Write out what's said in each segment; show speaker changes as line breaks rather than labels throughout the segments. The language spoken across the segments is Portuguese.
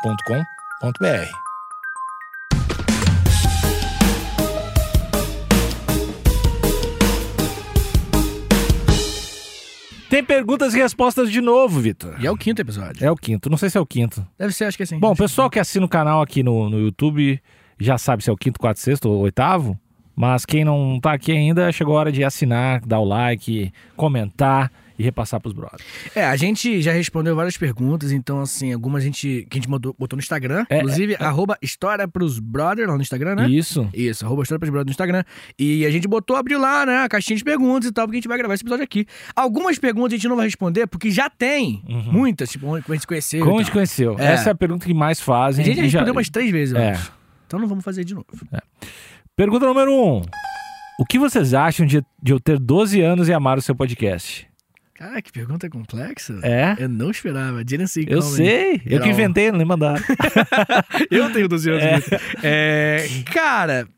agenciadepodcast.com.br.
Tem perguntas e respostas de novo, Vitor.
E é o quinto episódio.
É o quinto, não sei se é o quinto.
Deve ser, acho que é assim.
Bom, o pessoal que assina o canal aqui no, no YouTube já sabe se é o quinto, quarto, sexto ou oitavo. Mas quem não tá aqui ainda, chegou a hora de assinar, dar o like, comentar e repassar pros brothers.
É, a gente já respondeu várias perguntas, então, assim, algumas a gente, que a gente botou, botou no Instagram.
É,
inclusive, arroba História pros Brother lá no Instagram, né?
Isso.
Isso, arroba História pros Brother no Instagram. E a gente botou, abriu lá, né, a caixinha de perguntas e tal, porque a gente vai gravar esse episódio aqui. Algumas perguntas a gente não vai responder, porque já tem
Uhum.
muitas, tipo, como a gente se conheceu. e
Como a
tal.
gente conheceu?
É.
Essa é a pergunta que mais fazem.
A gente já
e já-
respondeu umas três vezes, eu
É.
acho. Então não vamos fazer de novo.
Pergunta número um. O que vocês acham de, de eu ter 12 anos e amar o seu podcast?
Cara, que pergunta complexa.
É?
Eu não esperava. assim, Didn't see it
Eu
coming.
sei. Eu
Era
que
um-
inventei, não lhe mandaram.
Eu tenho 12 anos.
É.
Vitor. É, cara.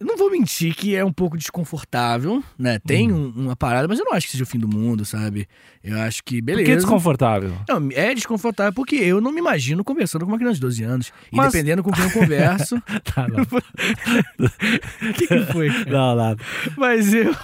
Eu não vou mentir que é um pouco desconfortável, né? Tem
Uhum.
um- uma parada, mas eu não acho que seja o fim do mundo, sabe? Eu acho que,
Por que
beleza.
é desconfortável?
Não, é desconfortável porque eu não me imagino conversando com uma criança de 12 anos.
Mas-
E dependendo com quem eu converso.
Tá, não.
O que, que foi? cara?
Não, nada.
Mas eu.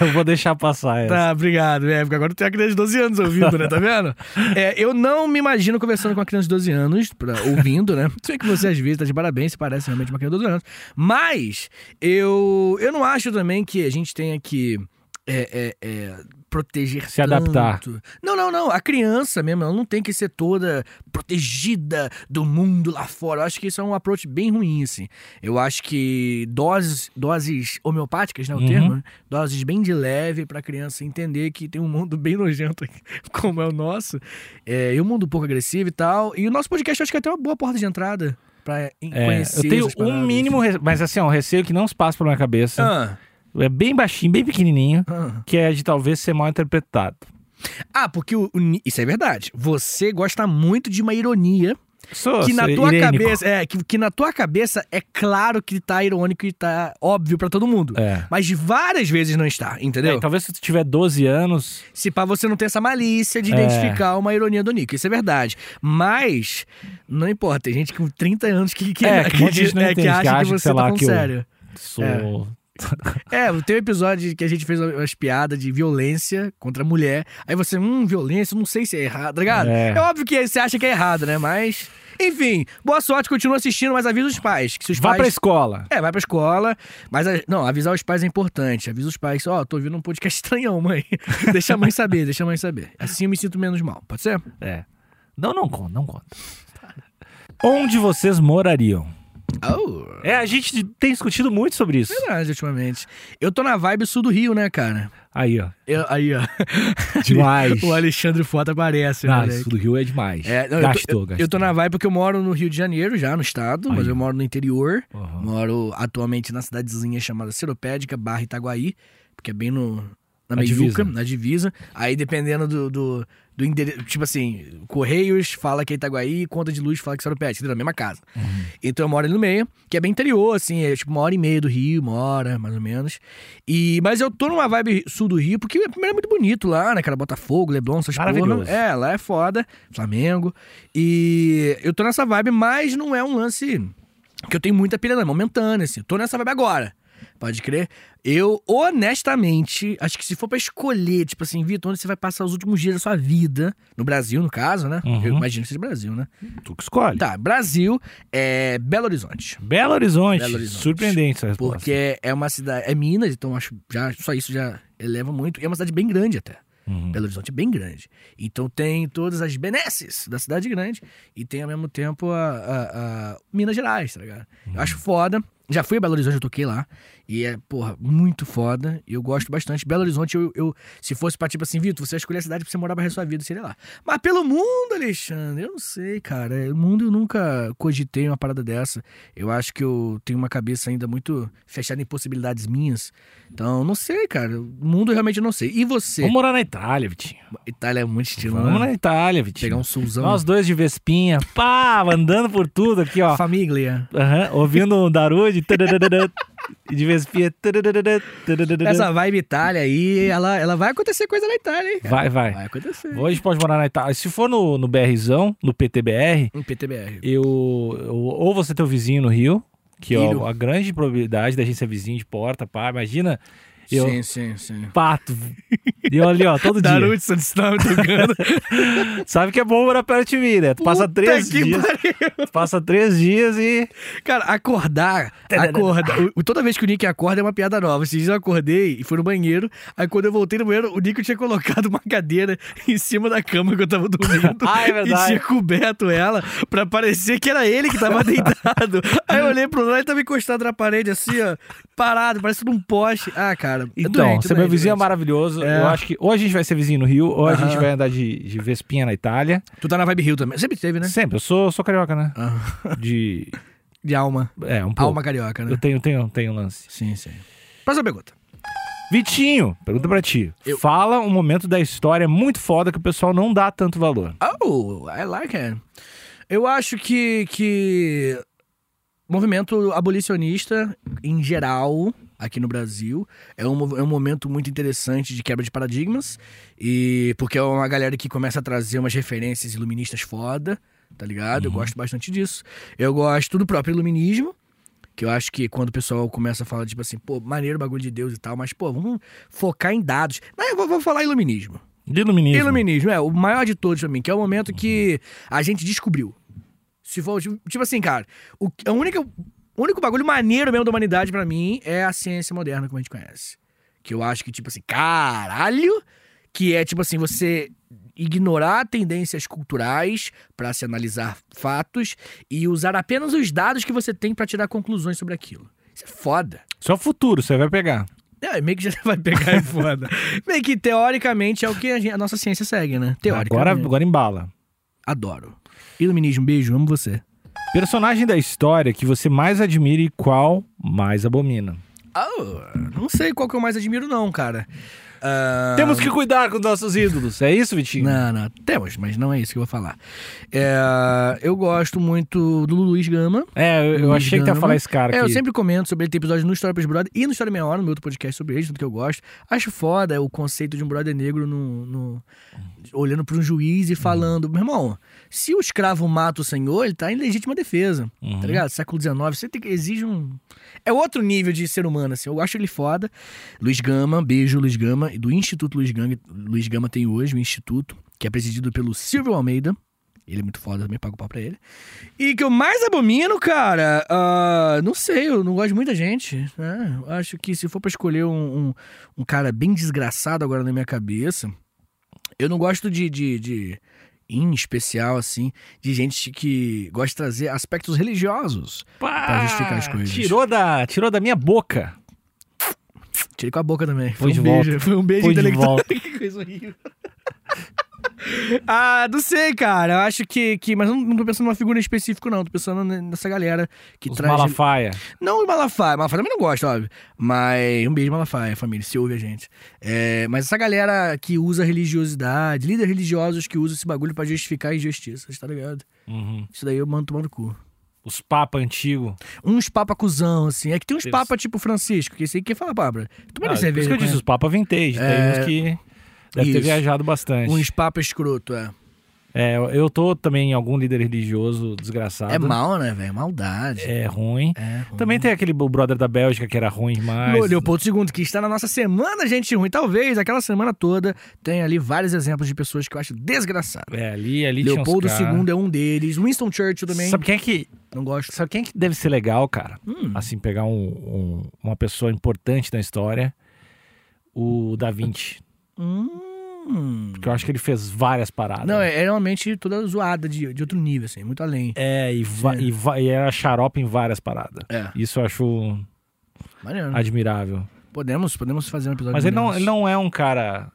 Eu vou deixar passar essa.
Tá, obrigado. É, porque agora tem a criança de 12 anos ouvindo, né? Tá vendo? É, eu não me imagino conversando com uma criança de 12 anos, pra- ouvindo, né? Sei que você às vezes tá de parabéns, você parece realmente uma criança de 12 anos. Mas eu, eu não acho também que a gente tenha que. é, é, é, proteger
Se adaptar.
tanto. não não não a criança mesmo ela não tem que ser toda protegida do mundo lá fora eu acho que isso é um approach bem ruim assim eu acho que doses doses homeopáticas né o
Uhum.
termo né? doses bem de leve pra criança entender que tem um mundo bem nojento aqui, como é o nosso. É, e um mundo um pouco agressivo e tal. E o nosso podcast eu acho que é até uma boa porta de entrada pra em-
É,
conhecer.
eu tenho
essas
um
paradas.
mínimo, re- mas assim, ó, um receio que não se passa pela minha cabeça.
Ah,
É bem baixinho, bem pequenininho,
ah.
que é de talvez ser mal interpretado.
Ah, porque o- o ni- isso é verdade. Você gosta muito de uma ironia
Sou,
que na
sou
tua
irênico.
cabeça é que, que na tua cabeça é claro que tá irônico e tá óbvio pra todo mundo.
É.
Mas várias vezes não está, entendeu?
É, talvez se tu tiver 12 anos,
Se pá, você não tem essa malícia de
É.
identificar uma ironia do Nico. Isso é verdade. Mas, não importa. Tem gente com 30 anos que, que,
É, que um monte de gente não
é, que
entende, que
acha que,
acha que,
você
sei
tá
lá,
falando
que o-
sério.
sou.
É. É, tem um episódio que a gente fez umas piadas de violência contra a mulher. Aí você, hum, violência, não sei se é errado, tá ligado?
É.
É. óbvio que você acha que é errado, né? Mas, enfim. Boa sorte, continua assistindo, mas avisa os pais. Que se os
Vá
pais...
pra escola.
É, vai pra escola, mas a- não, avisar os pais é importante. Avisa os pais, ó, tô ouvindo um podcast estranhão, mãe. deixa a mãe saber, deixa a mãe saber. Assim eu me sinto menos mal, pode ser?
É. Não, não conta, não conta. Onde vocês morariam?
Oh,
É, a gente tem discutido muito sobre isso.
verdade, ultimamente. Eu tô na vibe sul do Rio, né, cara?
Aí, ó.
Eu- aí, ó.
Demais.
o Alexandre Foto aparece,
Ah,
né?
isso do Rio é demais.
É, não,
gastou,
eu, tô, eu-
gastou.
eu tô na vibe porque eu moro no Rio de Janeiro, já no estado, mas
Aí.
eu moro no interior.
Uhum.
Moro atualmente na cidadezinha chamada Seropédica, barra Itaguaí, porque é bem no. Na
Na divisa.
meiuca, na divisa. Aí, dependendo do, do, do endereço. Tipo assim, Correios fala que é Itaguaí, Conta de Luz fala que é Seropédica, entendeu? Na mesma casa.
Uhum.
Então eu moro ali no meio, que é bem interior, assim, é tipo uma hora e meia do Rio, uma hora, mais ou menos. E, mas eu tô numa vibe sul do Rio, porque primeiro é muito bonito lá, né, cara? Botafogo, Leblon, essas
Maravilhoso.
porra. É, lá é foda, Flamengo. E eu tô nessa vibe, mas não é um lance que eu tenho muita pilha, não, é momentânea, assim. Eu tô nessa vibe agora. Pode crer. Eu, honestamente, acho que se for pra escolher, tipo assim, Vitor, onde você vai passar os últimos dias da sua vida, no Brasil, no caso, né?
Uhum.
Eu imagino que seja Brasil, né?
Tu que escolhe.
Tá, Brasil é Belo Horizonte.
Belo, Horizonte.
Belo Horizonte.
Surpreendente essa resposta.
Porque é uma cidade. É Minas, então acho já só isso já eleva muito. E é uma cidade bem grande até.
Uhum.
Belo Horizonte é bem grande. Então tem todas as benesses da cidade grande e tem ao mesmo tempo a, a- a Minas Gerais, tá ligado? Eu acho foda. Já fui a Belo Horizonte, eu toquei lá. E é, porra, muito foda. E eu gosto bastante. Belo Horizonte, eu, eu- se fosse pra tipo assim, Vitor, você vai escolher a cidade pra você morar pra resto da sua vida, seria lá. Mas pelo mundo, Alexandre, eu não sei, cara. É, O mundo eu nunca cogitei uma parada dessa. Eu acho que eu tenho uma cabeça ainda muito fechada em possibilidades minhas. Então, não sei, cara. O mundo eu realmente não sei. E você?
Vamos morar na Itália, Vitinho.
Itália é muito estilo,
Vamos
né?
na Itália, Vitinho.
Pegar um solzão.
Nós dois de Vespinha, pá, andando por tudo aqui, ó.
família.
Aham, ouvindo um Darude. tadadadadã. E de vez em quando, tararara, tararara.
Essa vibe Itália aí, ela, ela vai acontecer coisa na Itália, hein? cara?
Vai, vai.
Vai acontecer.
Hoje pode morar na Itália. Se for no, no BRzão, no PTBR,
Em PTBR.
eu, eu- ou você tem o vizinho no Rio, que
Filho.
ó, a grande probabilidade da gente ser vizinho de porta, pá, imagina. Eu,
Sim, sim, sim.
pato. E eu ali, ó, todo dia.
Daruto, você tá me tocando.
Sabe que é bom morar perto de mim, né? Tu passa
Puta
três
que É
dias. Tu passa três dias e.
Cara, acordar, acordar. o- Toda vez que o Nick acorda é uma piada nova. Esses dias eu acordei e fui no banheiro. Aí quando eu voltei no banheiro, o Nick tinha colocado uma cadeira em cima da cama que eu tava dormindo.
Ah, é verdade.
E tinha coberto ela pra parecer que era ele que tava deitado. Aí eu olhei pro lado e tava encostado na parede assim, ó. Parado, parecendo um poste. Ah, cara. é
Então,
doente,
ser meu
doente,
vizinho é
doente.
maravilhoso.
É.
Eu acho que ou a gente vai ser vizinho no Rio, ou a gente
Aham.
vai andar de, de Vespinha na Itália.
Tu tá na Vibe Hill também. Sempre teve, né?
Sempre, eu sou, sou carioca, né?
Ah,
De.
De alma.
É, um pouco.
Alma carioca, né?
Eu tenho, tenho, tenho um lance.
Sim, sim. Próxima pergunta.
Vitinho, pergunta pra ti.
Eu-
Fala um momento da história muito foda que o pessoal não dá tanto valor.
Oh, I like it. Eu acho que, que movimento abolicionista, em geral, aqui no Brasil, é um, mov- é um momento muito interessante de quebra de paradigmas. E porque é uma galera que começa a trazer umas referências iluministas foda, tá ligado? Eu gosto bastante disso. Eu gosto do próprio iluminismo. Que eu acho que quando o pessoal começa a falar, tipo assim, pô, maneiro o bagulho de Deus e tal, mas, pô, vamos focar em dados. Não, eu vou- vou falar iluminismo.
De iluminismo.
Iluminismo, é, o maior de todos pra mim, que é o momento que a gente descobriu. Se for, tipo, tipo assim, cara, o, a única, o único bagulho maneiro mesmo da humanidade pra mim é a ciência moderna como a gente conhece. Que eu acho que, tipo assim, caralho, que é tipo assim, você ignorar tendências culturais pra se analisar fatos e usar apenas os dados que você tem pra tirar conclusões sobre aquilo. Isso é foda.
Só o futuro, você vai pegar.
É, meio que já vai pegar é foda. meio que teoricamente é o que a, gen- a nossa ciência segue, né? Teoricamente.
Agora, agora embala.
Adoro. Iluminismo, beijo, amo você.
Personagem da história que você mais admira e qual mais abomina.
Oh, não sei qual que eu mais admiro, não, cara. Ah,
Temos que cuidar com nossos ídolos. É isso, Vitinho?
Não, não, temos, mas não é isso que eu vou falar. É, eu gosto muito do Luiz Gama.
É, eu, eu
Luiz
achei que tu ia
Gama.
falar esse cara
É, eu
aqui.
sempre comento sobre ele, tem episódio no História pros Brother e no História Meia Hora, no meu outro podcast sobre ele, tanto que eu gosto. Acho foda o conceito de um brother negro no, no- olhando pra um juiz
Uhum.
e falando: meu irmão, se o escravo mata o senhor, ele tá em legítima defesa,
Uhum.
tá ligado? Século XIX, você tem que exige um. É outro nível de ser humano, assim. Eu acho ele foda. Luiz Gama, beijo, Luiz Gama, do Instituto Luiz Gama, Luiz Gama tem hoje, o Instituto, que é presidido pelo Silvio Almeida. Ele é muito foda, também pago pau pra ele. E que eu mais abomino, cara, ah, não sei, eu não gosto de muita gente. né? Eu Acho que se for pra escolher um, um, um cara bem desgraçado agora na minha cabeça, eu não gosto de, de, de- em especial, assim, de gente que gosta de trazer aspectos religiosos.
Pá,
pra justificar as coisas.
Tirou da, tirou da minha boca.
Tirei com a boca também.
Foi
Foi,
de
um
volta.
beijo, foi um beijo
Foi de
intelectual.
volta.
que coisa horrível. ah, não sei, cara. Eu acho que, que mas eu não tô pensando numa figura específica não. Tô pensando ne- nessa galera que
Os
traz
Malafaia.
Não o Malafaia, Malafaia também não gosta, óbvio. Mas um beijo, Malafaia, família, se ouve a gente. É, mas essa galera que usa religiosidade, líderes religiosos que usam esse bagulho pra justificar injustiças, tá ligado?
Uhum.
Isso daí eu mando tomar no cu.
Os papas antigos.
Uns papa cuzão, assim. É que tem uns
Deus.
papa tipo Francisco, que esse aí quem fala, Bárbara?
Ah,
Toma ah,
por isso
cerveja.
que eu
com
disse, os papas vintage.
É,
Tem uns que deve ter
isso. Um
viajado bastante.
ele. Uns papa escroto, é.
É, eu tô também em algum líder religioso desgraçado.
É mal, né, velho? Maldade.
É ruim.
É. ruim.
Também tem aquele o brother da Bélgica que era ruim demais.
No Leopoldo II, que está na nossa semana, gente ruim. Talvez aquela semana toda tenha ali vários exemplos de pessoas que eu acho desgraçado.
É, ali, ali tinha uns
Leopoldo
cara-
II é um deles. Winston Churchill também.
Sabe quem é que
Não gosto.
Sabe quem é que deve ser legal, cara?
Hum.
Assim, pegar um, um- uma pessoa importante na história, o Da Vinci.
Hum.
Porque eu acho que ele fez várias paradas.
Não, é, é realmente toda zoada de, de outro nível, assim, muito além.
É, e, va-
Sim.
e, va- e era xarope em várias paradas.
É,
Isso eu acho
maneiro. né?
admirável.
Podemos, podemos fazer um episódio.
Mas ele não,
maneiro.
ele não é um cara.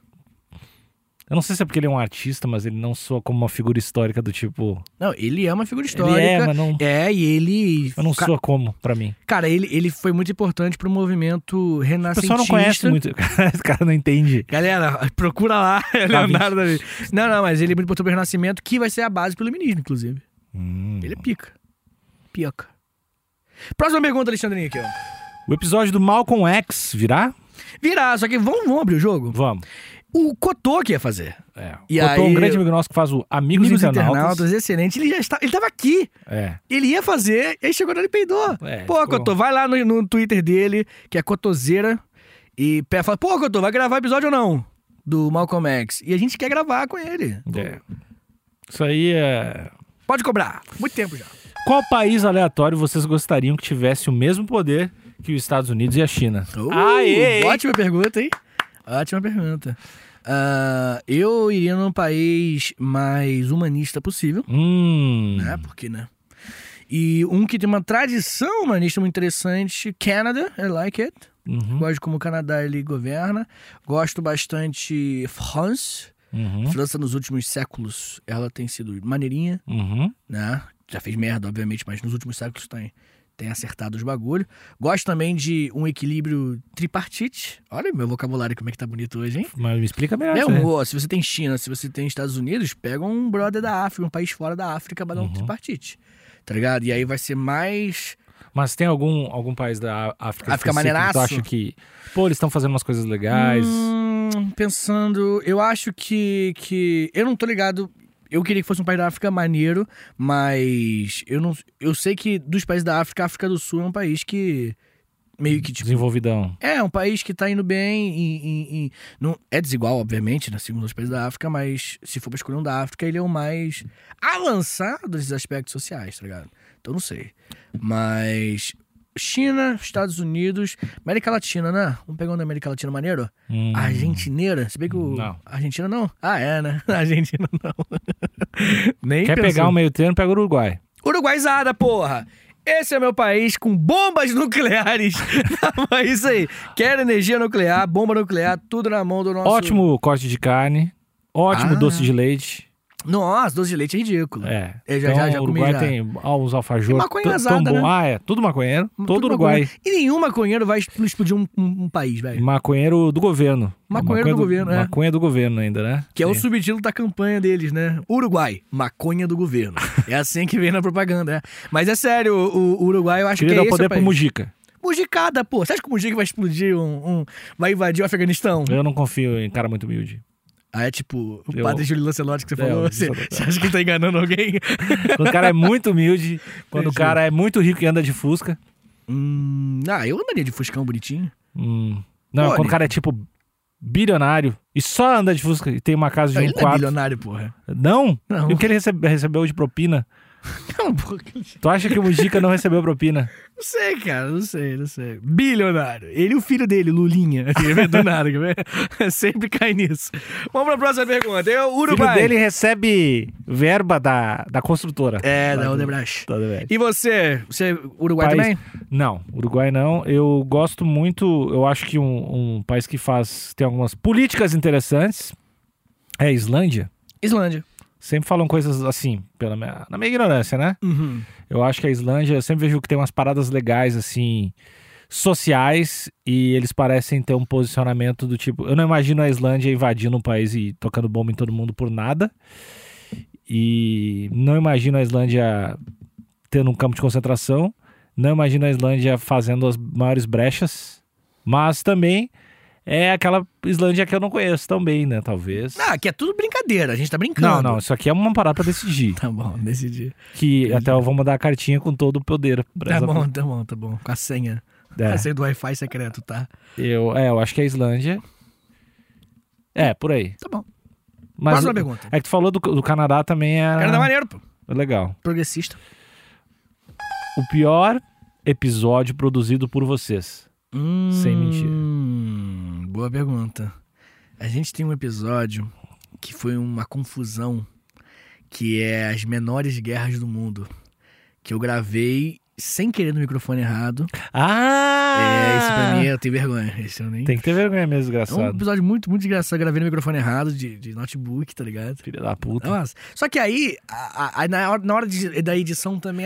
Eu não sei se é porque ele é um artista, mas ele não soa como uma figura histórica do tipo.
Não, ele é uma figura histórica.
Ele é, mas não,
É, e ele.
mas não
Ca-
soa como, pra mim.
Cara, ele, ele foi muito importante pro movimento
O
renascentista.
pessoal não conhece muito. Esse cara não entende.
Galera, procura lá, Leonardo da Vinci. Não, não, mas ele é muito importante pro Renascimento, que vai ser a base pro iluminismo, inclusive.
hum.
Ele é pica. Pioca. Próxima pergunta, Alexandrinho, aqui, ó.
O episódio do Malcolm X virá?
Virar, só que vamos, vamos abrir o jogo.
Vamos.
O Cotô que ia fazer.
É.
E
Botou
aí-
um grande amigo nosso que faz o Amigos,
Amigos
Internautas.
internautas, excelente. Ele já está, ele tava aqui.
É.
Ele ia fazer, aí chegou na hora e peidou.
É,
pô,
ficou-
Cotô, vai lá no, no Twitter dele, que é Cotoseira, e pé fala, pô, Cotô, vai gravar episódio ou não? Do Malcolm X. E a gente quer gravar com ele.
é. Isso aí é.
Pode cobrar. Muito tempo já.
Qual país aleatório vocês gostariam que tivesse o mesmo poder que os Estados Unidos e a China?
Uh,
Aê!
Ótima pergunta, hein? Ótima pergunta. Ah, eu iria num país mais humanista possível,
Hum.
né? Porque, né? E um que tem uma tradição humanista muito interessante, Canada, I like it.
Uhum,
Gosto de como o Canadá ele governa. Gosto bastante France.
uhum,
França nos últimos séculos ela tem sido maneirinha,
uhum.
né? Já fez merda, obviamente, mas nos últimos séculos tem, tem acertado os bagulho. Gosto também de um equilíbrio tripartite. Olha meu vocabulário como é que tá bonito hoje, hein?
Mas me explica melhor.
É
isso aí.
um, ó, se você tem China, se você tem Estados Unidos, pega um brother da África, um país fora da África, pra dar um tripartite. Tá ligado? E aí vai ser mais
Mas tem algum, algum país da África,
África
específico que tu
maneiraço?
acha que, pô, eles estão fazendo umas coisas legais?
Hum, pensando, eu acho que, que. Eu não tô ligado. Eu queria que fosse um país da África maneiro, mas eu não. Eu sei que dos países da África, a África do Sul é um país que. Meio que tipo.
Desenvolvidão.
É, um país que tá indo bem em- em- em- não, é desigual, obviamente, né, segundo os países da África, mas se for pra escolher um da África, ele é o mais avançado dos aspectos sociais, tá ligado? Então não sei. Mas China, Estados Unidos, América Latina, né? Vamos pegar um da América Latina maneiro?
Hum.
Argentineira? Se bem que o.
Não.
Argentina não? Ah, é, né? Argentina não. Nem
Quer
pensou.
pegar o meio termo, pega o Uruguai.
Uruguaizada, porra! Esse é meu país com bombas nucleares. Não, é isso aí. Quero energia nuclear, bomba nuclear, tudo na mão do nosso.
Ótimo corte de carne, ótimo
Ah.
doce de leite.
Nossa, doce de leite é ridículo.
É.
Eu já-
então,
já- já
o
comi
Uruguai
já.
tem uns alfajores
E
t- tão
maconhazada,
bom. Ah, é. Tudo maconheiro. todo
Tudo
Uruguai.
maconheiro. E nenhum maconheiro vai explodir um, um- um país, velho.
Maconheiro do governo.
Maconheiro do governo, é.
Maconha do governo ainda, né?
Que é o
Sim.
subtítulo da campanha deles, né? Uruguai, maconha do governo. É assim que vem na propaganda, né? Mas é sério, o, o Uruguai eu acho
Queria
que
dar
é
o
esse
poder
o
pro
país.
Mujica.
Mujicada, pô. Você acha que o Mujica vai explodir um. um- vai invadir o Afeganistão?
Eu não confio em cara muito humilde.
Ah, é tipo o
Eu-
padre Júlio Lancelotti que você
É,
falou.
eu-
Você, você acha que ele tá enganando alguém?
Quando o cara é muito humilde, quando o
Entendi.
cara é muito rico e anda de fusca.
Hum, ah, eu andaria de Fuscão bonitinho.
Hum. Não,
Olha.
quando o cara é tipo bilionário e só anda de fusca e tem uma casa de
Não,
um
ele não é
quarto.
bilionário, porra.
não?
Não.
E o que ele recebe- recebeu de propina?
Cala a boca.
Tu acha que o Mujica não recebeu propina?
Não sei, cara. Não sei, não sei. Bilionário. Ele e o filho dele, Lulinha. é Do nada, quer ver? Sempre cai nisso. Vamos pra próxima pergunta. Eu,
O filho
Uruguai.
dele recebe verba da, da construtora.
É, da Odebrecht.
Tá bem.
E você? Você é Uruguai
País-
também?
Não, Uruguai não. Eu gosto muito, eu acho que um, um país que faz, tem algumas políticas interessantes é a Islândia.
Islândia.
Sempre falam coisas assim, pela minha- na minha ignorância, né?
Uhum.
Eu acho que a Islândia, eu sempre vejo que tem umas paradas legais, assim, sociais, e eles parecem ter um posicionamento do tipo. Eu não imagino a Islândia invadindo um país e tocando bomba em todo mundo por nada. E não imagino a Islândia tendo um campo de concentração. Não imagino a Islândia fazendo as maiores brechas. Mas também é aquela Islândia que eu não conheço tão bem, né? Talvez.
Ah, aqui é tudo brincadeira. A gente tá
Não,
brincando.
não, isso aqui é uma parada pra decidir.
Tá bom, decidi.
Que até eu vou mandar a cartinha com todo o poder. pra
Tá
essa-
bom, tá bom, tá bom. Com a senha.
É.
A senha do Wi-Fi secreto, tá?
Eu, é, eu acho que é a Islândia. É, por aí.
Tá bom.
Mas
Próxima pergunta.
é que tu falou do, do Canadá também é
Cara, dá maneiro, pô.
legal.
Progressista.
O pior episódio produzido por vocês. Sem mentira.
mentira. Hum, Boa pergunta. A gente tem um episódio que foi uma confusão, que é as menores guerras do mundo, que eu gravei sem querer no microfone errado.
Ah!
É, isso pra mim, eu tenho vergonha. Esse eu nem...
Tem que ter vergonha mesmo,
É um
desgraçado.
episódio muito, muito desgraçado. Eu gravei no microfone errado de, de notebook, tá ligado?
Filha da puta.
Nossa. Só que aí, a- a- a- na hora, na hora de- da edição também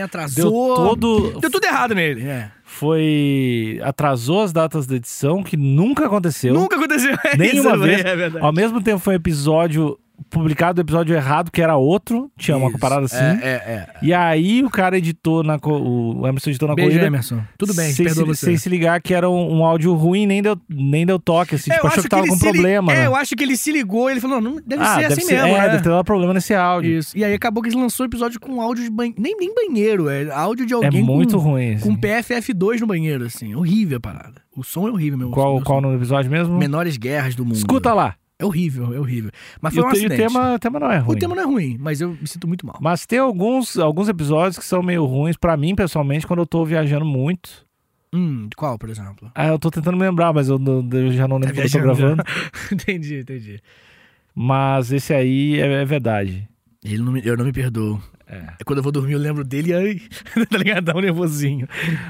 Deu
atrasou.
todo.
Deu tudo errado nele. É.
Foi. Atrasou as datas da edição, que nunca aconteceu.
Nunca aconteceu.
Nenhuma
Isso,
vez.
É verdade.
Ao mesmo tempo foi um episódio publicado o episódio errado, que era outro, tinha uma
Isso.
parada assim.
É, é, é.
E aí o cara editou na co- o Emerson editou na
Beijo,
corrida.
Emerson. Tudo bem,
sem
perdoa
se,
você.
sem se ligar que era um, um áudio ruim, nem deu, nem deu toque, assim,
É,
tipo, achou que tava
ele
com
se li-
problema. né?
É, eu acho que ele se ligou e ele falou, não, deve
ah,
ser
deve
assim
ser,
mesmo,
é,
né?
deve ter dado problema nesse áudio.
Isso. E aí acabou que ele lançou o episódio com áudio de banheiro. Nem, nem banheiro, é áudio de
É
alguém
muito
com,
ruim,
com
assim.
PFF2 no banheiro, assim. Horrível a parada. O som é horrível mesmo.
Qual,
Meu
qual o
som.
nome do episódio mesmo?
Menores guerras do mundo.
Escuta lá.
É horrível, é horrível. Mas
E
foi
o,
um
te- e o
acidente.
tema, o tema não é ruim.
O tema não é ruim, mas eu me sinto muito mal.
Mas tem alguns, alguns episódios que são meio ruins pra mim, pessoalmente, quando eu tô viajando muito.
Hum, qual, por exemplo?
Ah, eu tô tentando me lembrar, mas eu, não- eu já não lembro
Tá
quando eu tô
viajando,
gravando.
entendi, entendi.
Mas esse aí é, é verdade.
Ele não me- eu não me perdoo. É. Quando eu vou dormir, eu lembro dele e aí, tá ligado? Dá um nervosinho.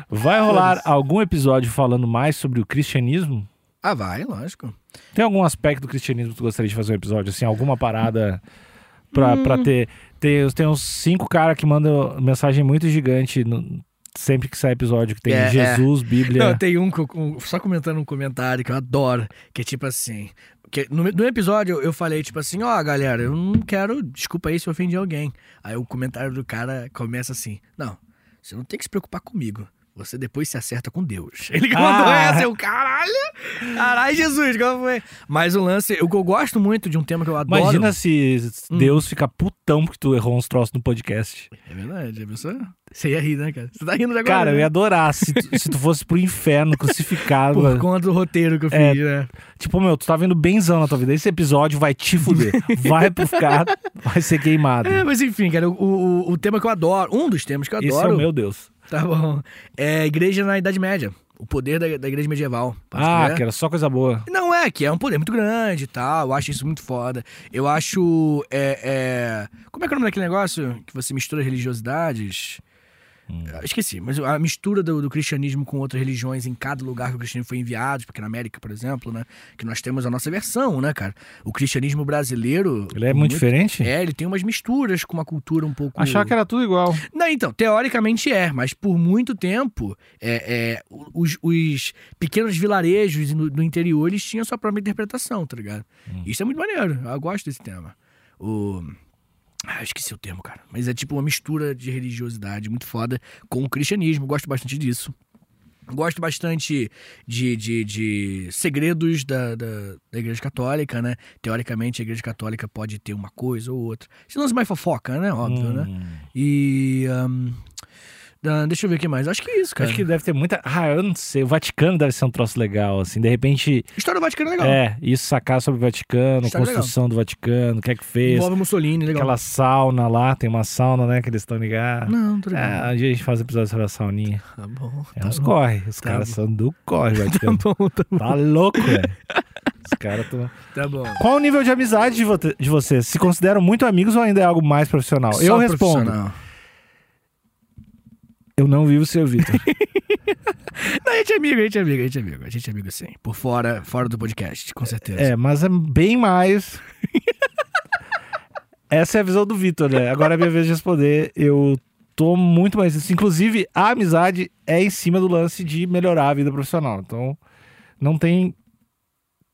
Vai rolar
Foda-se.
algum episódio falando mais sobre o cristianismo?
Ah, vai, lógico.
Tem algum aspecto do cristianismo que tu gostaria de fazer um episódio, assim, alguma parada pra, pra
Hum.
ter... Tem, tem uns cinco caras que mandam mensagem muito gigante no- sempre que sai episódio, que tem
É, é.
Jesus, Bíblia...
Não, tem um, co- um- só comentando um comentário que eu adoro, que é tipo assim. Que no, no episódio eu falei, tipo assim, ó, galera, eu não quero. Desculpa aí se eu ofendi alguém. Aí o comentário do cara começa assim: Não, você não tem que se preocupar comigo. Você depois se acerta com Deus. Ele que mandou
Ah.
essa, eu, caralho! Caralho, Jesus, qual foi? Mas o lance, o que eu gosto muito de um tema que eu adoro. Hum.
Imagina se Deus fica putão porque tu errou uns troços no podcast.
É verdade, já pensou? Você ia rir, né, cara? Você tá rindo de agora.
Cara, eu
né?
ia adorar se tu, se tu fosse pro inferno crucificado.
Por conta do roteiro que eu fiz,
É.
né?
Tipo, meu, tu tá vendo benzão na tua vida. Esse episódio vai te fuder. Vai pro ficar, vai ser queimado.
É, mas enfim, cara, o, o, o tema que eu adoro, um dos temas que eu
Esse é
adoro.
o meu Deus.
Tá bom. É a igreja na Idade Média. O poder da, da igreja medieval. Pode
Ah,
crer?
que era só coisa boa.
Não é, que é um poder muito grande e tal. Eu acho isso muito foda. Eu acho. É, é- Como é que é o nome daquele negócio? Que você mistura religiosidades.
Hum.
Ah, Esqueci, mas a mistura do, do cristianismo com outras religiões em cada lugar que o cristianismo foi enviado, porque na América, por exemplo, né? Que nós temos a nossa versão, né, cara? O cristianismo brasileiro.
Ele é muito, diferente?
É, ele tem umas misturas com uma cultura um pouco.
Achava que era tudo igual.
Não, então, teoricamente é, mas por muito tempo, é, é, os, os pequenos vilarejos no, no interior, eles tinham sua própria interpretação, tá ligado?
Hum.
Isso é muito maneiro, eu gosto desse tema. O... Ah, eu esqueci o termo, cara. Mas é tipo uma mistura de religiosidade muito foda com o cristianismo, eu gosto bastante disso. Gosto bastante de, de, de segredos da, da, da Igreja Católica, né? Teoricamente, a Igreja Católica pode ter uma coisa ou outra. Se não mais fofoca, né? Óbvio, né?
Hum.
E. ahn, ah, deixa eu ver o que mais. Acho que é isso, cara.
Acho que deve ter muita. Ah, eu não sei. O Vaticano deve ser um troço legal, assim. De repente,
História do Vaticano é legal.
é, isso sacar sobre o Vaticano,
Isso é
construção do Vaticano, o que é que fez.
Envolve Mussolini, legal.
Aquela sauna lá, tem uma sauna, né, que eles estão ligados.
Não, tô ligado.
Ah, um dia a gente faz episódio sobre a sauninha.
Tá bom.
É
tá
uns
bom.
corre. Os
Tá
caras
bom.
são do corre, Vaticano.
Tá bom, tá bom.
Tá louco, velho. Os caras tão...
Tá bom.
Qual o nível de amizade de, vo- de vocês? Se consideram muito amigos ou ainda é algo mais profissional? eu
Só um
respondo.
profissional.
Eu não vivo o seu Vitor.
Não, a gente é amigo, a gente é amigo, a gente é amigo. A gente é amigo sim. Por fora, fora do podcast, com certeza.
é, mas é bem mais. Essa é a visão do Vitor, né? Agora é minha vez de responder. Eu tô muito mais isso. Inclusive, a amizade é em cima do lance de melhorar a vida profissional. Então, não tem.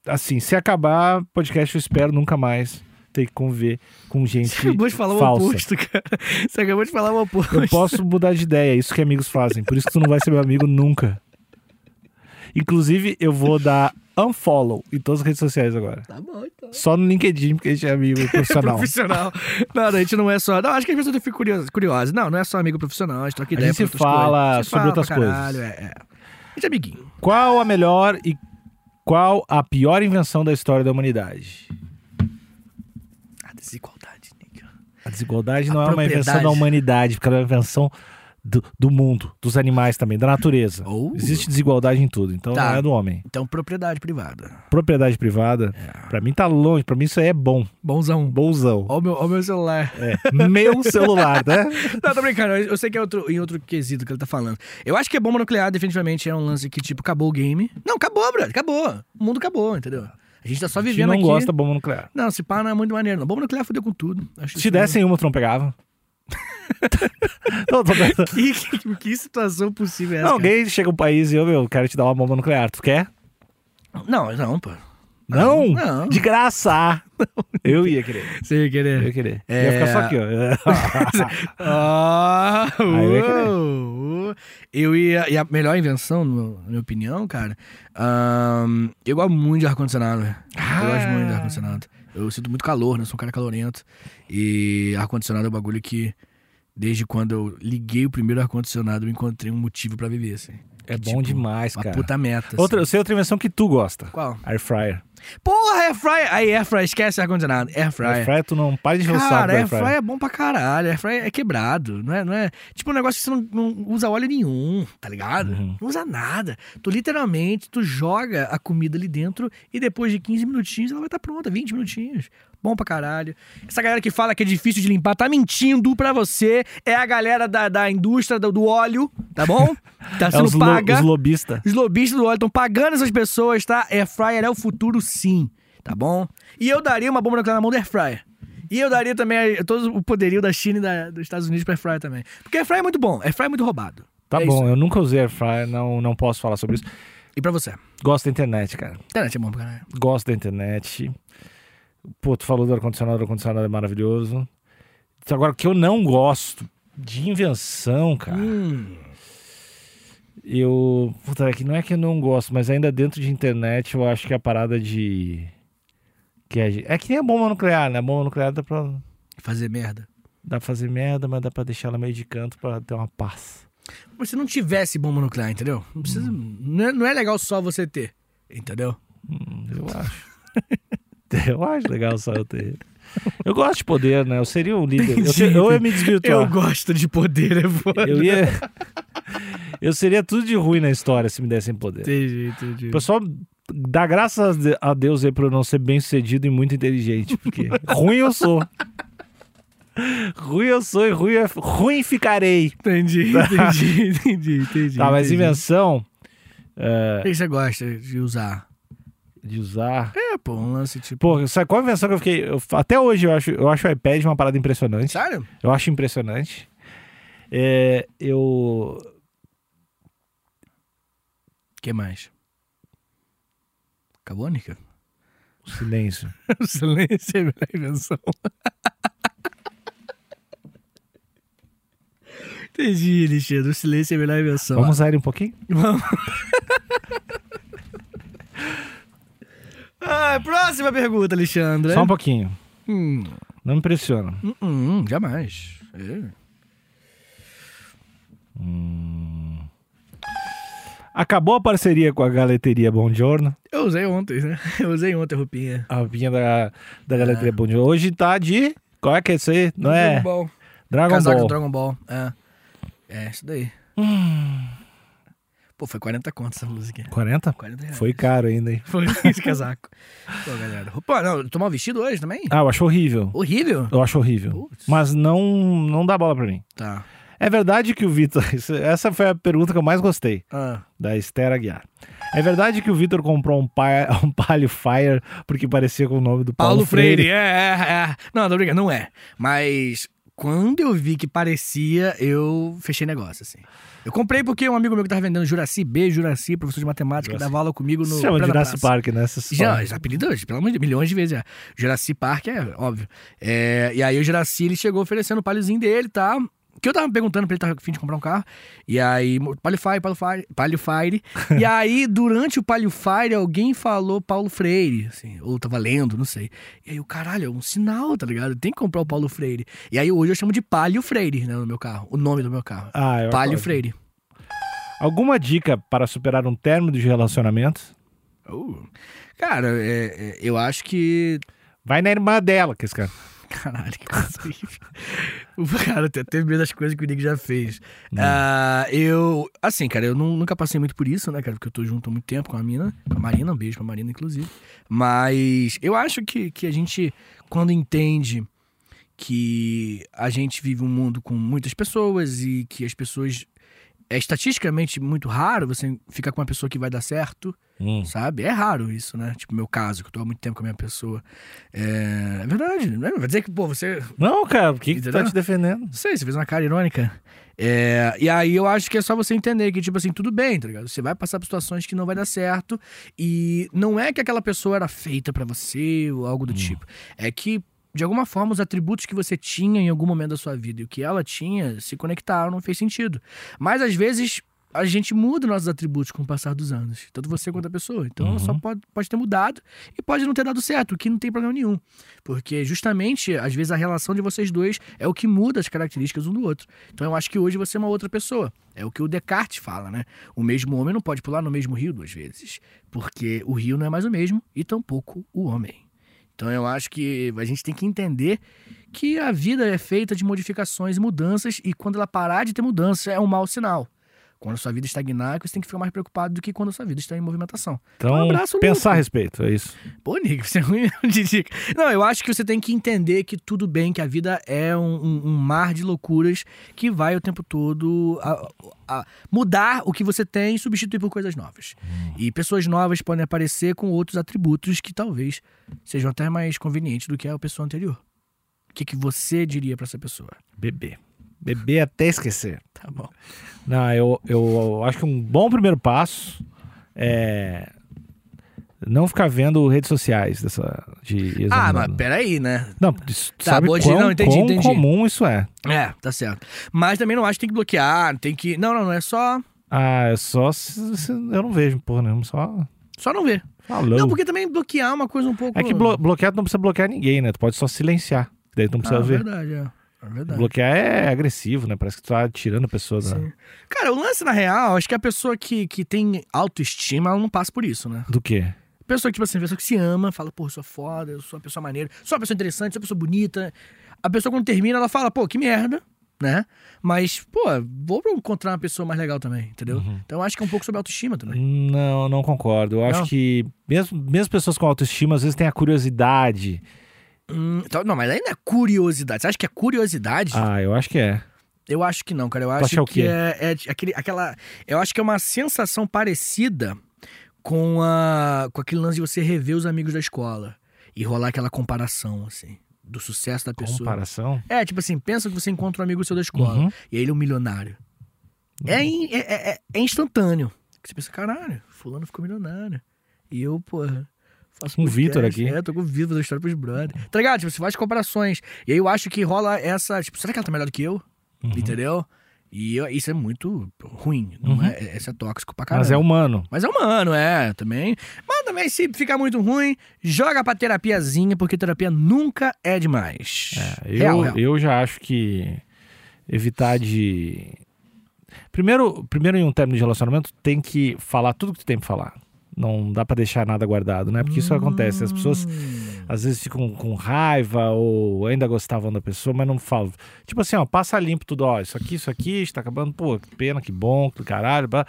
Assim, se acabar podcast, eu espero nunca mais ter que conviver com gente.
Você acabou de falar
falsa.
o oposto, cara. Você acabou de falar o oposto.
Eu posso mudar de ideia, é isso que amigos fazem. Por isso que tu não vai ser meu amigo nunca. Inclusive, eu vou dar unfollow em todas as redes sociais agora.
Tá bom, então.
Só no LinkedIn, porque a gente é amigo profissional.
Profissional. Não, não, a gente não é só. Não, acho que as pessoas ficam curiosas. curiosas. Não, não é só amigo profissional, a gente troca
A
ideia
gente se
pra outras
fala
coisas. A gente
sobre
fala pra
outras coisas.
caralho, É, é. A gente é amiguinho.
Qual a melhor e qual a pior invenção da história da humanidade?
A desigualdade, Nick.
A desigualdade
A
não é uma invenção
propriedade.
da humanidade, porque ela é uma invenção do, do mundo, dos animais também, da natureza.
Oh.
Existe desigualdade em tudo, então
Tá.
não é do homem.
Então, propriedade privada. É.
Propriedade privada, pra mim tá longe, pra mim isso aí é bom,
Bonzão.
bonzão. É,
Ó Tá o meu, ó o meu celular.
Meu celular, né?
Não, tô brincando. Eu eu sei que é outro, em outro quesito que ele tá falando. Eu acho que a bomba nuclear, definitivamente, é um lance que, tipo, acabou o game. Não, acabou, brother. Acabou. O mundo acabou, entendeu? A gente tá só
gente
vivendo
não
aqui.
gosta da bomba nuclear.
Não, se pá não é muito maneiro. Não. Bomba nuclear fudeu com tudo. Acho
Se
isso- é
dessem uma, tu não pegava. não, tô pensando.
Que, um- que, que situação possível é essa?
Não, alguém chega um país e eu, meu, quero te dar uma bomba nuclear. Tu quer?
cara? Não, não, pô.
Não!
Não.
De graça! Eu ia querer.
Sem
Eu ia
querer.
querer.
É.
Ia ficar só aqui, ó.
Ah,
Aí vai querer.
uou, uou. eu ia. E a melhor invenção, no- na minha opinião, cara. ahn, eu gosto muito de ar-condicionado. velho. Eu gosto
Ah.
muito de ar-condicionado. Eu sinto muito calor, né? Eu sou um cara calorento. E ar-condicionado é um bagulho que, desde quando eu liguei o primeiro ar-condicionado, eu encontrei um motivo pra viver, assim.
É
Que,
bom
tipo,
demais,
Uma
cara.
puta meta. assim.
Outra, eu sei outra invenção que tu gosta.
Qual?
Air fryer.
Porra, air fryer. Aí, air fryer, esquece ar-condicionado. Air
Air
fryer.
fryer, tu não para de encher o saco
Cara,
do air
airfryer
fryer.
é bom pra caralho. Airfryer é quebrado, não é? Não é tipo um negócio que você não, não usa óleo nenhum, tá ligado?
Uhum.
Não usa nada. Tu literalmente, tu joga a comida ali dentro e depois de 15 minutinhos ela vai estar pronta, 20 minutinhos. Bom pra caralho. Essa galera que fala que é difícil de limpar, tá mentindo pra você. É a galera da, da indústria do, do óleo, tá bom? Tá
É
sendo
os, lo,
paga.
os lobistas.
Os lobistas do óleo estão pagando essas pessoas, tá? Airfryer é o futuro, sim. Tá bom? E eu daria uma bomba nuclear na mão do Airfryer. E eu daria também a- todo o poderio da China e da- dos Estados Unidos pra Airfryer também. Porque Airfryer é muito bom. Airfryer é muito roubado.
Tá
É
bom,
isso.
eu nunca usei air fryer, não, não posso falar sobre isso.
E pra você?
Gosto da internet, cara.
Internet é bom pra caralho.
Gosto da internet. Pô, tu falou do ar-condicionado, o ar-condicionado é maravilhoso. Então, Agora, o que eu não gosto de invenção, cara,
Hum.
eu. Puta, é que não é que eu não gosto, mas ainda dentro de internet eu acho que a parada de. Que é, é que nem a bomba nuclear, né? A bomba nuclear dá pra,
Fazer merda.
dá pra fazer merda, mas dá pra deixar ela meio de canto pra ter uma paz.
Mas Se não tivesse bomba nuclear, entendeu? Não, precisa, não, é, não é legal só você ter. Entendeu?
Hum, Eu acho. eu acho legal só eu ter. Eu gosto de poder, né? Eu seria um líder. Eu,
Entendi.
eu ia me desvirtuar.
gosto de poder, é foda.
Eu ia. Eu seria tudo de ruim na história se me dessem poder.
Entendi, entendi.
O pessoal dá graças a de- a Deus aí por eu não ser bem sucedido e muito inteligente, porque ruim eu sou. Ruim eu sou e ruim, eu- ruim ficarei.
Entendi, entendi, entendi, entendi.
Tá, mas
entendi.
invenção eh,
O que você gosta de usar?
de usar.
É, pô, um lance tipo.
Pô, sabe qual a invenção que eu fiquei. eu- até hoje eu acho, eu acho o iPad uma parada impressionante.
Sério?
Eu acho impressionante. É, eu.
O que mais? Acabou, Nica?
Silêncio.
Silêncio é a melhor invenção. Entendi, Alexandre. O silêncio é a melhor invenção.
Vamos usar ele um pouquinho?
Vamos. ah, próxima pergunta, Alexandre.
Só um pouquinho.
Hum,
Não me impressiona.
hum, hum, jamais. É.
Hum. Acabou a parceria com a galeteria Bom Giorno.
Eu usei ontem, né? Eu usei ontem a roupinha.
A roupinha da, da galeteria Bom Giorno. Hoje tá de. Qual é que é isso aí? Não é?
É. Dragon Ball.
Dragon
Casaco
Ball.
do Dragon Ball. É. É, isso daí.
Hum.
Pô, foi 40 conto essa blusa aqui.
40?
40 reais.
Foi caro ainda, hein?
Foi esse casaco. Pô, galera. Pô, não, tomar um vestido hoje também?
Ah, eu acho horrível.
Horrível.
Eu acho horrível.
Putz.
Mas não, não dá bola pra mim.
Tá.
É verdade que o Vitor. isso- Essa foi a pergunta que eu mais gostei,
Ah.
da Esther Aguiar. É verdade que o Vitor comprou um, pa... um Palio Fire porque parecia com o nome do Paulo,
Paulo Freire, é, é, é. Não, tô brincando, não é. Mas quando eu vi que parecia, eu fechei negócio, assim. Eu comprei porque um amigo meu que tava vendendo Juraci B, Juraci, professor de matemática, que
Juraci.
dava aula comigo no.
Se chama
Plena
Jurassic
Praça.
Park, né? Essa
Já,
história.
já apelido hoje, pelo amor de milhões de vezes já. Juraci Park é óbvio. É, e aí o Juraci, ele chegou oferecendo o paliozinho dele e tá? tal. Que eu tava me perguntando pra ele tá afim de comprar um carro. E aí, mo- Palio Fire, Palio Fire, Palio Fire. e aí, durante o Palio Fire, alguém falou Paulo Freire, assim, ou tava lendo, não sei. E aí, o caralho, é um sinal, tá ligado? Tem que comprar o Paulo Freire. E aí, hoje eu chamo de Palio Freire, né, no meu carro. O nome do meu carro.
Ah, eu
Palio
acordo.
Freire.
Alguma dica para superar um término de relacionamentos?
Uh. Cara, é- é, eu acho que
Vai na irmã dela, que esse cara.
Caralho, que coisa horrível. O cara tem até medo das coisas que o Nick já fez. Ah, eu. Assim, cara, eu nu- nunca passei muito por isso, né, cara? Porque eu tô junto há muito tempo com a mina, com a Marina, um beijo pra Marina, inclusive. Mas eu acho que, que a gente, quando entende que a gente vive um mundo com muitas pessoas e que as pessoas. É estatisticamente muito raro você ficar com uma pessoa que vai dar certo
Hum.
sabe? É raro isso, né? Tipo, meu caso, que eu tô há muito tempo com a minha pessoa. É, é verdade, né? Vai dizer que, pô, você.
Não, cara, o que, que tu tá
Entendeu?
te defendendo?
Não sei, você fez uma cara irônica. É, e aí eu acho que é só você entender que, tipo assim, tudo bem, tá ligado? Você vai passar por situações que não vai dar certo e não é que aquela pessoa era feita pra você ou algo do tipo. É que, de alguma forma, os atributos que você tinha em algum momento da sua vida e o que ela tinha se conectaram, não fez sentido. Mas, às vezes, a gente muda nossos atributos com o passar dos anos, tanto você quanto a pessoa. Então,
Uhum.
só pode, pode ter mudado e pode não ter dado certo, o que não tem problema nenhum. Porque justamente, às vezes, a relação de vocês dois é o que muda as características um do outro. Então eu acho que hoje você é uma outra pessoa. É o que o Descartes fala, né? O mesmo homem não pode pular no mesmo rio duas vezes. Porque o rio não é mais o mesmo e tampouco o homem. Então eu acho que a gente tem que entender que a vida é feita de modificações e mudanças, e quando ela parar de ter mudança, é um mau sinal. Quando a sua vida estagnar, é que você tem que ficar mais preocupado do que quando a sua vida está em movimentação.
Então,
Um abraço,
pensar a respeito, é isso.
Pô, Nico, você é ruim mesmo de dica. Não, eu acho que você tem que entender que tudo bem, que a vida é um, um- um mar de loucuras que vai o tempo todo a- a mudar o que você tem e substituir por coisas novas.
Hum.
E pessoas novas podem aparecer com outros atributos que talvez sejam até mais convenientes do que a pessoa anterior. O que, que você diria pra essa pessoa?
Beber. Beber até esquecer.
Tá bom.
Não, eu, eu acho que um bom primeiro passo é não ficar vendo redes sociais dessa de
Ah, mas
examinando.
peraí, né?
não, isso,
Tá,
sabe
boa de-
quão,
não, entendi,
quão
entendi.
comum isso é.
É, tá certo. Mas também não acho que tem que bloquear, tem que. Não, não, não é só.
Ah, é só se, se- eu não vejo porra nenhuma, só
Só não ver.
falou.
Não, porque também bloquear é uma coisa um pouco.
É que blo bloquear tu não precisa bloquear ninguém, né? Tu pode só silenciar. Daí tu não precisa
ah,
ver.
verdade, é. É verdade.
Bloquear é agressivo, né? Parece que tu tá tirando a pessoa da-
Sim. Cara, o lance, na real, acho que a pessoa que, que tem autoestima, ela não passa por isso, né?
do quê?
Pessoa que, tipo assim, pessoa que se ama, fala, pô, eu sou foda, eu sou uma pessoa maneira, sou uma pessoa interessante, sou uma pessoa bonita. A pessoa, quando termina, ela fala, pô, que merda, né? Mas, pô, vou encontrar uma pessoa mais legal também, entendeu?
Uhum.
Então acho que é um pouco sobre autoestima também.
Não, não concordo. Eu acho
Não?
que mesmo, mesmo pessoas com autoestima às vezes têm a curiosidade.
Hum, então, não, mas aí não é curiosidade. Você acha que é curiosidade?
Uhum. Ah, eu acho que é.
Eu acho que não, cara. Eu
acha
acho
o
que
quê?
é, é aquele, aquela. Eu acho que é uma sensação parecida com a com aquele lance de você rever os amigos da escola e rolar aquela comparação assim do sucesso da pessoa.
Comparação.
É tipo assim, pensa que você encontra um amigo seu da escola
Uhum.
e ele é um milionário. É, in- é, é- é- é instantâneo. Você pensa, caralho, fulano ficou milionário e eu porra. Faço
Com o Vitor
podcast,
aqui.
É, tô com o Vitor, da história pros brother. Tá ligado? Tipo, você faz comparações. E aí eu acho que rola essa. Tipo, será que ela tá melhor do que eu?
Uhum.
Entendeu? E eu- isso é muito ruim. Não
Uhum.
é, é- isso é tóxico pra caramba.
Mas é humano.
Mas é humano, é, também. Mas também, se ficar muito ruim, joga pra terapiazinha, porque terapia nunca é demais.
É, Eu,
Real, real.
eu já acho que evitar de. Primeiro, primeiro, em um término de relacionamento, tem que falar tudo que tu tem pra falar. Não dá pra deixar nada guardado, né? Porque isso acontece. As pessoas
Hum.
às vezes ficam com raiva ou ainda gostavam da pessoa, mas não falam. Tipo assim, ó, passa limpo tudo, ó, isso aqui, isso aqui, está acabando, pô, que pena, que bom, que do caralho, blá.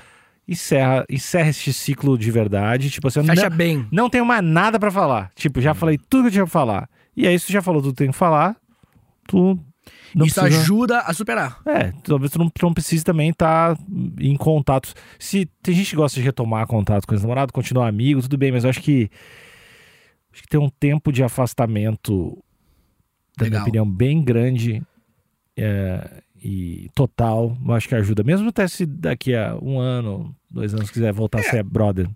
encerra, encerra este ciclo de verdade, tipo assim, eu
Fecha
não,
bem.
não tenho mais nada pra falar. Tipo, já falei tudo que eu tinha pra falar. E aí, se tu já falou tudo que tem que falar, tu não
isso
precisa...
ajuda a superar.
É, talvez tu não, tu não precise também estar em contato. Se tem gente que gosta de retomar contato com ex-namorado, continuar amigo, tudo bem, mas eu acho que acho que tem um tempo de afastamento, na minha
Legal.
opinião, bem grande é, e total. Eu acho que ajuda. Mesmo até se daqui a um ano, dois anos, quiser
É.
voltar a ser brother.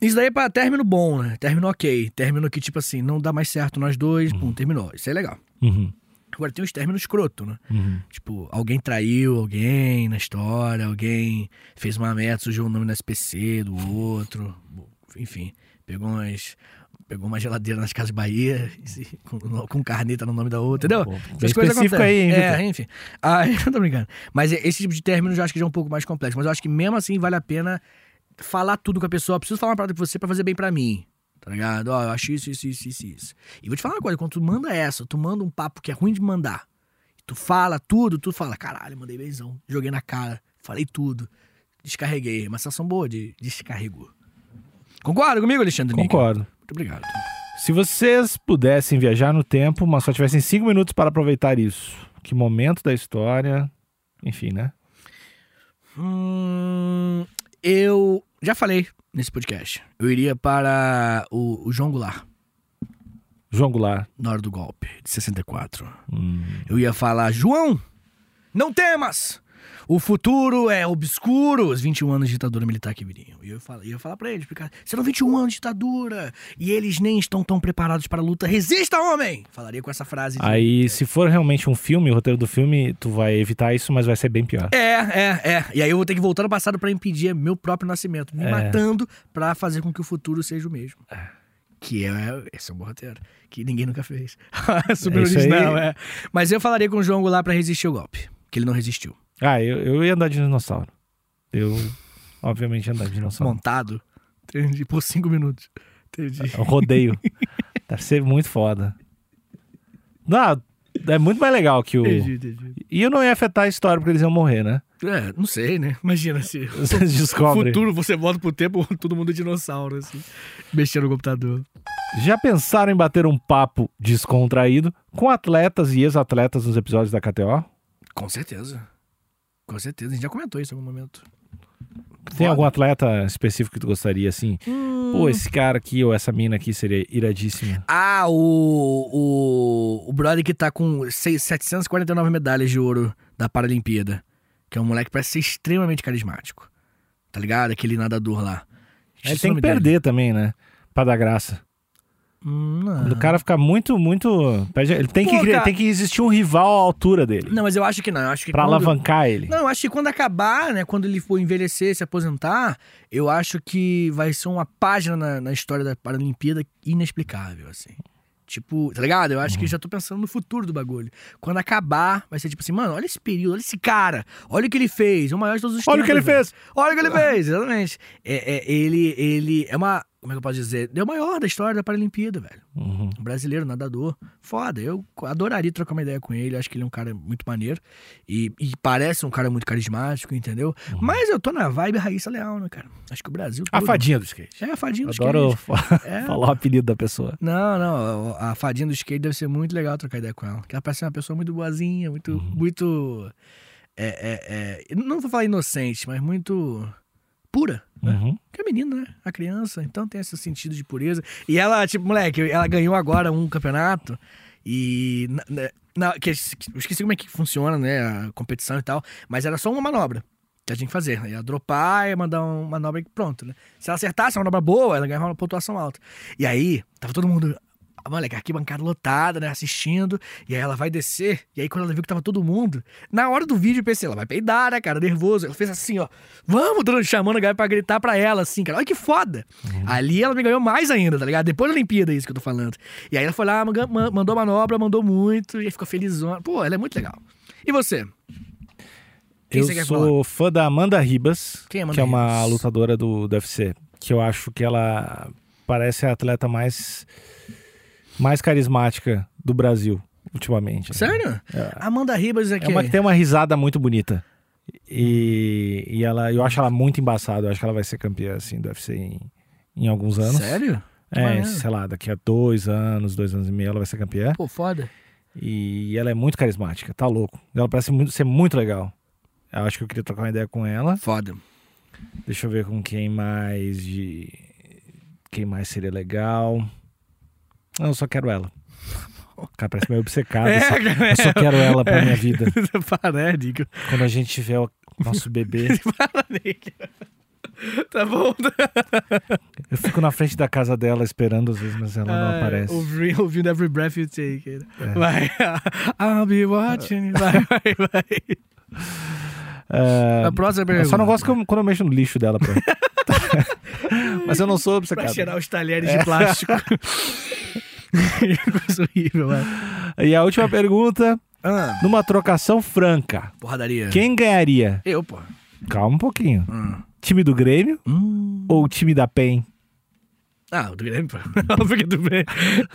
Isso daí é pra término bom, né? Término ok. Término que, tipo assim, não dá mais certo nós dois, pum, terminou. Isso é legal.
Uhum,
Agora tem os términos escroto, né?
uhum.
Tipo, alguém traiu alguém na história, alguém fez uma merda, sujou o nome no SPC do outro, enfim, pegou umas. Pegou uma geladeira nas casas Bahia e se- com, com carneta no nome da outra, entendeu?
Pô, bem
Essas coisas
específico aí, hein,
acontecem. É,
Vitor?
enfim. Ah, eu tô brincando. Mas esse tipo de término eu já acho que já é um pouco mais complexo. Mas eu acho que mesmo assim vale a pena falar tudo com a pessoa. Eu preciso falar uma parada pra você pra fazer bem pra mim. Tá ligado? Ó, eu acho isso, isso, isso, isso, isso. E vou te falar uma coisa: quando tu manda essa, tu manda um papo que é ruim de mandar. Tu fala tudo, tu fala, caralho, mandei benzão. Joguei na cara, falei tudo. Descarreguei. É Uma sensação boa de descarregou. Concorda comigo, Alexandre? Nick?
Concordo.
Muito obrigado.
Se vocês pudessem viajar no tempo, mas só tivessem cinco minutos para aproveitar isso, que momento da história, enfim, né?
Hum, eu já falei nesse podcast. Eu iria para o, o João Goulart,
João Goulart.
na hora do golpe, de 64.
Hum.
Eu ia falar, João, não temas! O futuro é obscuro. Os 21 anos de ditadura militar que viriam. E eu ia falar, eu ia falar pra eles, explicar. Serão 21 anos de ditadura. E eles nem estão tão preparados para a luta. Resista, homem! Falaria com essa frase. de-
Aí, se for realmente um filme, o roteiro do filme, tu vai evitar isso, mas vai ser bem pior.
É, é, é. E aí eu vou ter que voltar no passado pra impedir meu próprio nascimento, me
É.
matando pra fazer com que o futuro seja o mesmo. Que é. Esse é um bom roteiro. Que ninguém nunca fez.
É
Super
isso aí.
original, é. Mas eu falaria com o João Goulart pra resistir o golpe. Que ele não resistiu.
Ah, eu, eu ia andar de dinossauro. Eu, obviamente, ia andar de dinossauro.
Montado. Entendi. Por cinco minutos. Entendi.
Eu rodeio. Deve ser muito foda. Não, é muito mais legal que o.
Entendi, entendi.
E eu não ia afetar a história porque eles iam morrer, né?
É, não sei, né? Imagina se.
Vocês
No
descobrem.
futuro você volta pro tempo, todo mundo é dinossauro, assim. Mexendo no computador.
Já pensaram em bater um papo descontraído com atletas e ex-atletas nos episódios da KTO?
Com certeza. Com certeza. A gente já comentou isso em algum momento.
Tem
Foda.
algum atleta específico que tu gostaria, assim? Pô, esse cara aqui ou essa mina aqui seria iradíssima.
Ah, o, o, o brother que tá com seis- 749 medalhas de ouro da Paralimpíada. Que é um moleque que parece ser extremamente carismático. Tá ligado? Aquele nadador lá.
Ele
Esqueci
tem
o
que
nome dele.
perder também, né? Pra dar graça.
Hum,
Quando
não.
o cara fica muito, muito. pede- Ele tem,
Pô,
que, criar-
cara.
tem que existir um rival à altura dele.
não, mas eu acho que não. Eu acho que
Pra
quando-
alavancar ele.
Não, eu acho que quando acabar, né? Quando ele for envelhecer, se aposentar, eu acho que vai ser uma página na, na história da Paralimpíada inexplicável, assim. Tipo, tá ligado? Eu acho
Uhum.
que já tô pensando no futuro do bagulho. Quando acabar, vai ser tipo assim, mano, olha esse período, olha esse cara, olha o que ele fez, é o maior de todos os
Olha o que ele
tempos, velho.
fez!
Olha o que ele fez, exatamente. É, é, ele, ele é uma. Como é que eu posso dizer? É o maior da história da Paralimpíada, velho.
Uhum.
Um brasileiro, nadador. Foda, eu adoraria trocar uma ideia com ele. Acho que ele é um cara muito maneiro. E, e parece um cara muito carismático, entendeu? Mas eu tô na vibe Raíssa Leal, né, cara? Acho que o Brasil.
Uhum. A
todo-
fadinha do skate.
É, a fadinha do
Adoro
skate.
fa-
É.
falar o apelido da pessoa.
Não, não. A a fadinha do skate deve ser muito legal trocar ideia com ela. Porque ela parece uma pessoa muito boazinha, muito.
Uhum.
muito é, é, é, não vou falar inocente, mas muito pura.
Uhum.
Que é menina, né? A criança, então tem esse sentido de pureza. E ela, tipo, moleque, ela ganhou agora um campeonato e. na- na- na- que, eu esqueci como é que funciona, né? A competição e tal, mas era só uma manobra que ela tinha que fazer. né? Ia dropar, ia mandar uma manobra e pronto, né? Se ela acertasse uma manobra boa, ela ganhava uma pontuação alta. E aí, tava todo mundo. ah, Moleque, arquibancada lotada, né? Assistindo. E aí ela vai descer. E aí, quando ela viu que tava todo mundo, na hora do vídeo eu pensei, ela vai peidar, né, cara? Nervoso. Ela fez assim, ó. Vamos, dando- chamando a galera pra gritar pra ela, assim, cara. Olha que foda.
Uhum.
Ali ela me ganhou mais ainda, tá ligado? Depois da Olimpíada, isso que eu tô falando. E aí ela foi lá, manga- ma- mandou manobra, mandou muito, e aí ficou felizona. Pô, ela é muito legal. E você? Quem
eu
você quer
sou fã da Amanda Ribas,
Quem é Amanda
que é uma
Ribas?
lutadora do, do UFC, que eu acho que ela parece a atleta mais mais carismática do Brasil ultimamente. né?
Sério? Amanda Ribas
É
aqui.
uma que tem uma risada muito bonita. E, e ela, eu acho ela muito embaçada, eu acho que ela vai ser campeã assim do UFC em, em alguns anos.
Sério? Que
É,
maneiro.
sei lá, daqui a dois anos, dois anos e meio ela vai ser campeã.
Pô, foda.
E ela é muito carismática, tá louco. Ela parece muito, ser muito legal. Eu acho que eu queria trocar uma ideia com ela.
Foda.
Deixa eu ver com quem mais de. Quem mais seria legal. Não, eu só quero ela. Cara, parece meio obcecado. Ah,
É.
eu só- eu só quero ela pra minha vida.
Paré, Nico.
Quando a gente tiver o nosso bebê,
Para, Nico. Tá bom.
eu fico na frente da casa dela esperando às vezes, mas ela não
Ah,
aparece. É.
Ouvindo, ouvindo Every Breath You Take. Né? Vai. I'll be watching. you. Vai, vai, vai.
Ah,
A próxima
eu
pergunta.
só não gosto que eu- quando eu mexo no lixo dela. Pra... mas eu não sou
Pra
obcecado.
cheirar os talheres
É.
de plástico. Coisa horrível, mano.
E a última pergunta,
Ah,
numa trocação franca,
porradaria.
quem ganharia?
Eu, porra.
Calma um pouquinho.
Hum.
Time do Grêmio ou time da PEN?
Ah, o do Guilherme, pô. Óbvio que é do bem.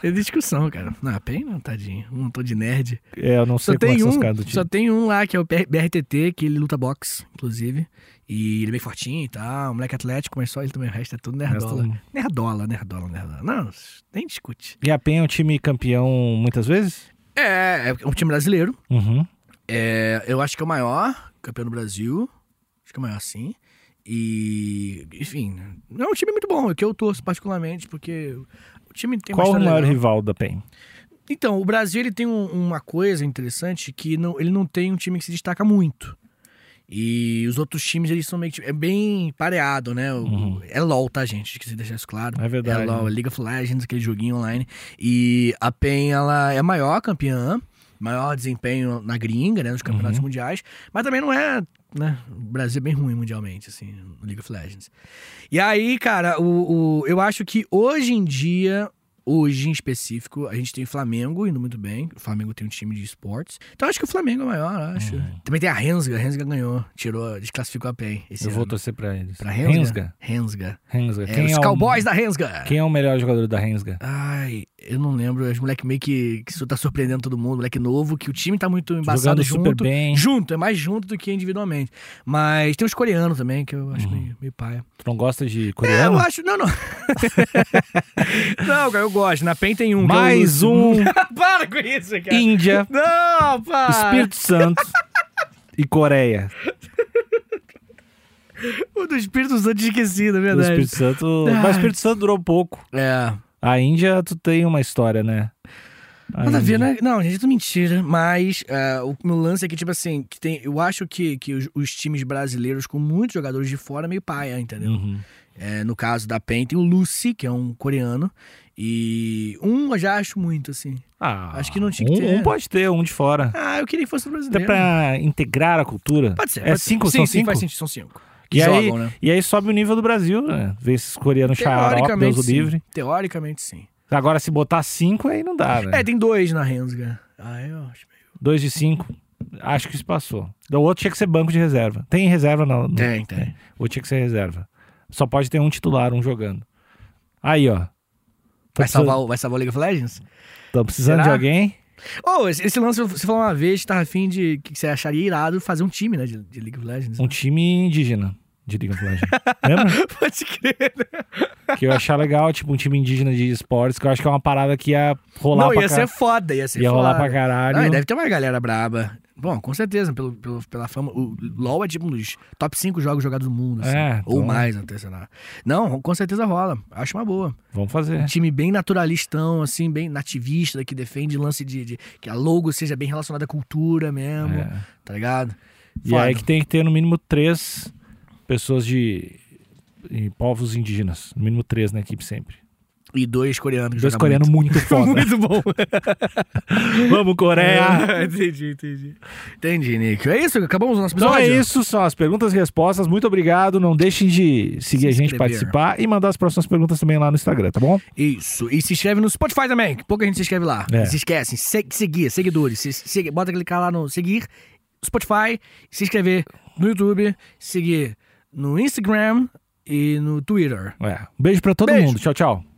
Tem discussão, cara. Não, PEN não, tadinho. Um montão de nerd.
É, eu não sei
Só
como é que
tem,
são os
um,
caras do time.
só tem um lá que é o PR BRTT, que ele luta boxe, inclusive. E ele é bem fortinho e tal, moleque atlético, mas só ele também, o resto é tudo nerdola.
Resto-
Nerdola, nerdola, nerdola. Não, nem discute.
E a PEN é um time campeão muitas vezes?
É, é um time brasileiro.
Uhum.
É, eu acho que é o maior campeão do Brasil. Acho que é o maior, sim. E, enfim, não é um time muito bom, é que eu torço particularmente, porque o time tem uma
Qual o
história
maior
legal.
rival da PEN?
Então, o Brasil ele tem um- uma coisa interessante que não- ele não tem um time que se destaca muito. E os outros times, eles são meio que. É bem pareado, né? O-
Uhum.
É LOL, tá, gente? Esqueci de deixar isso claro.
É verdade,
É LOL,
né?
é League of Legends, aquele joguinho online. E a PEN, ela é a maior campeã, maior desempenho na gringa, né? Nos campeonatos
Uhum.
mundiais. Mas também não é. Né? O Brasil é bem ruim mundialmente, assim, no League of Legends. E aí, cara, o, o- eu acho que hoje em dia, hoje em específico, a gente tem o Flamengo indo muito bem. O Flamengo tem um time de esportes. Então acho que o Flamengo é o maior, eu acho. Também tem a Rensga. A Rensga ganhou, tirou, desclassificou a PEN esse
Eu
ano.
vou torcer pra eles.
Pra
Rensga?
Rensga? Rensga.
Rensga.
É,
Quem
os
é o-
Cowboys da Rensga.
Quem é o melhor jogador da Rensga?
Ai, eu não lembro. Os moleque meio que, que isso tá surpreendendo todo mundo. Moleque novo, que o time tá muito embaçado
Jogando super
junto.
bem.
Junto, é mais junto do que individualmente. Mas tem os coreanos também, que eu
Uhum.
acho meio, meio paia.
Tu não gosta de
É,
coreano?
eu acho. Não, não. não, cara, eu gosto. Na PEN tem um. que é o
Mais
Lúcio.
um
Ah. para com isso, cara.
Índia,
Não, para.
Espírito Santo e Coreia. um
O do Espírito Santo esquecido, é
O
verdade.
Espírito Santo. Mas o Espírito Santo durou pouco.
É.
A Índia, tu tem uma história, né? A
Nada a ver,
Índia.
né? Não, gente, é tudo mentira. Mas ah, o meu lance é que, tipo assim, que tem, eu acho que, que os, os times brasileiros com muitos jogadores de fora é meio paia, entendeu?
Uhum.
É, no caso da PEN tem o Lucy, que é um coreano. E um eu já acho muito, assim.
Ah,
Acho que não tinha
um,
que ter.
Um pode ter, um de fora.
Ah, eu queria que fosse do
Até
brasileiro.
pra integrar a cultura.
Pode ser.
É
pode ser.
cinco,
sim,
são
sim,
cinco?
faz sentido, são cinco. Que
E aí,
jogam, né?
e aí sobe o nível do Brasil, né? Vê esses coreanos xarope, Deus o
sim.
livre.
Teoricamente, sim.
Agora, se botar cinco, aí não dá, né?
É, tem dois na Rensga. Ah, eu acho.
Dois de cinco, acho que isso passou. O outro tinha que ser banco de reserva. Tem reserva? Não. não.
Tem, tem.
O outro tinha que ser reserva. Só pode ter um titular, um jogando. Aí, ó. Tô
Vai
precisando-
salvar, o- vai salvar o League of Legends?
Tô precisando
Será?
de alguém.
Ô, esse, esse lance, você falou uma vez que tava afim de que você acharia irado fazer um time, né? De, de League of Legends.
Um time indígena de League of Legends. Lembra?
Pode crer.
Que eu ia achar legal, tipo, um time indígena de esportes, que eu acho que é uma parada que ia rolar
Não,
pra
ia
caralho.
ser foda, ia ser
Ia
foda.
rolar pra caralho.
Não, e deve ter uma galera braba. Bom, com certeza, pelo, pelo- pela fama. O LoL é tipo um dos top 5 jogos jogados do mundo, assim.
É,
Ou
então-
mais, até, sei lá. Não, com certeza rola. Acho uma boa.
Vamos
Um
fazer.
time bem naturalistão, assim, bem nativista, que defende lance de, de- que a logo seja bem relacionada à cultura mesmo,
É.
tá ligado?
E
Foda.
aí que tem que ter no mínimo três pessoas de, de povos indígenas. No mínimo três na equipe sempre.
E dois coreanos. que
Dois
jogam
coreanos muito, né? foda.
Muito bom.
Vamos, Coreia!
É, entendi, entendi. Entendi, Nico. É isso, acabamos o nosso
Então
episódio.
é isso, são as perguntas e respostas. Muito obrigado. Não deixem de seguir a gente,
inscrever.
participar e mandar as próximas perguntas também lá no Instagram, tá bom?
Isso. E se inscreve no Spotify também, que pouca gente se inscreve lá.
É.
Se esquecem, se- seguir, seguidores. Se, se- bota clicar lá no seguir, Spotify, se inscrever no YouTube, seguir no Instagram e no Twitter.
É. Um beijo pra todo
Beijo.
mundo. Tchau, tchau.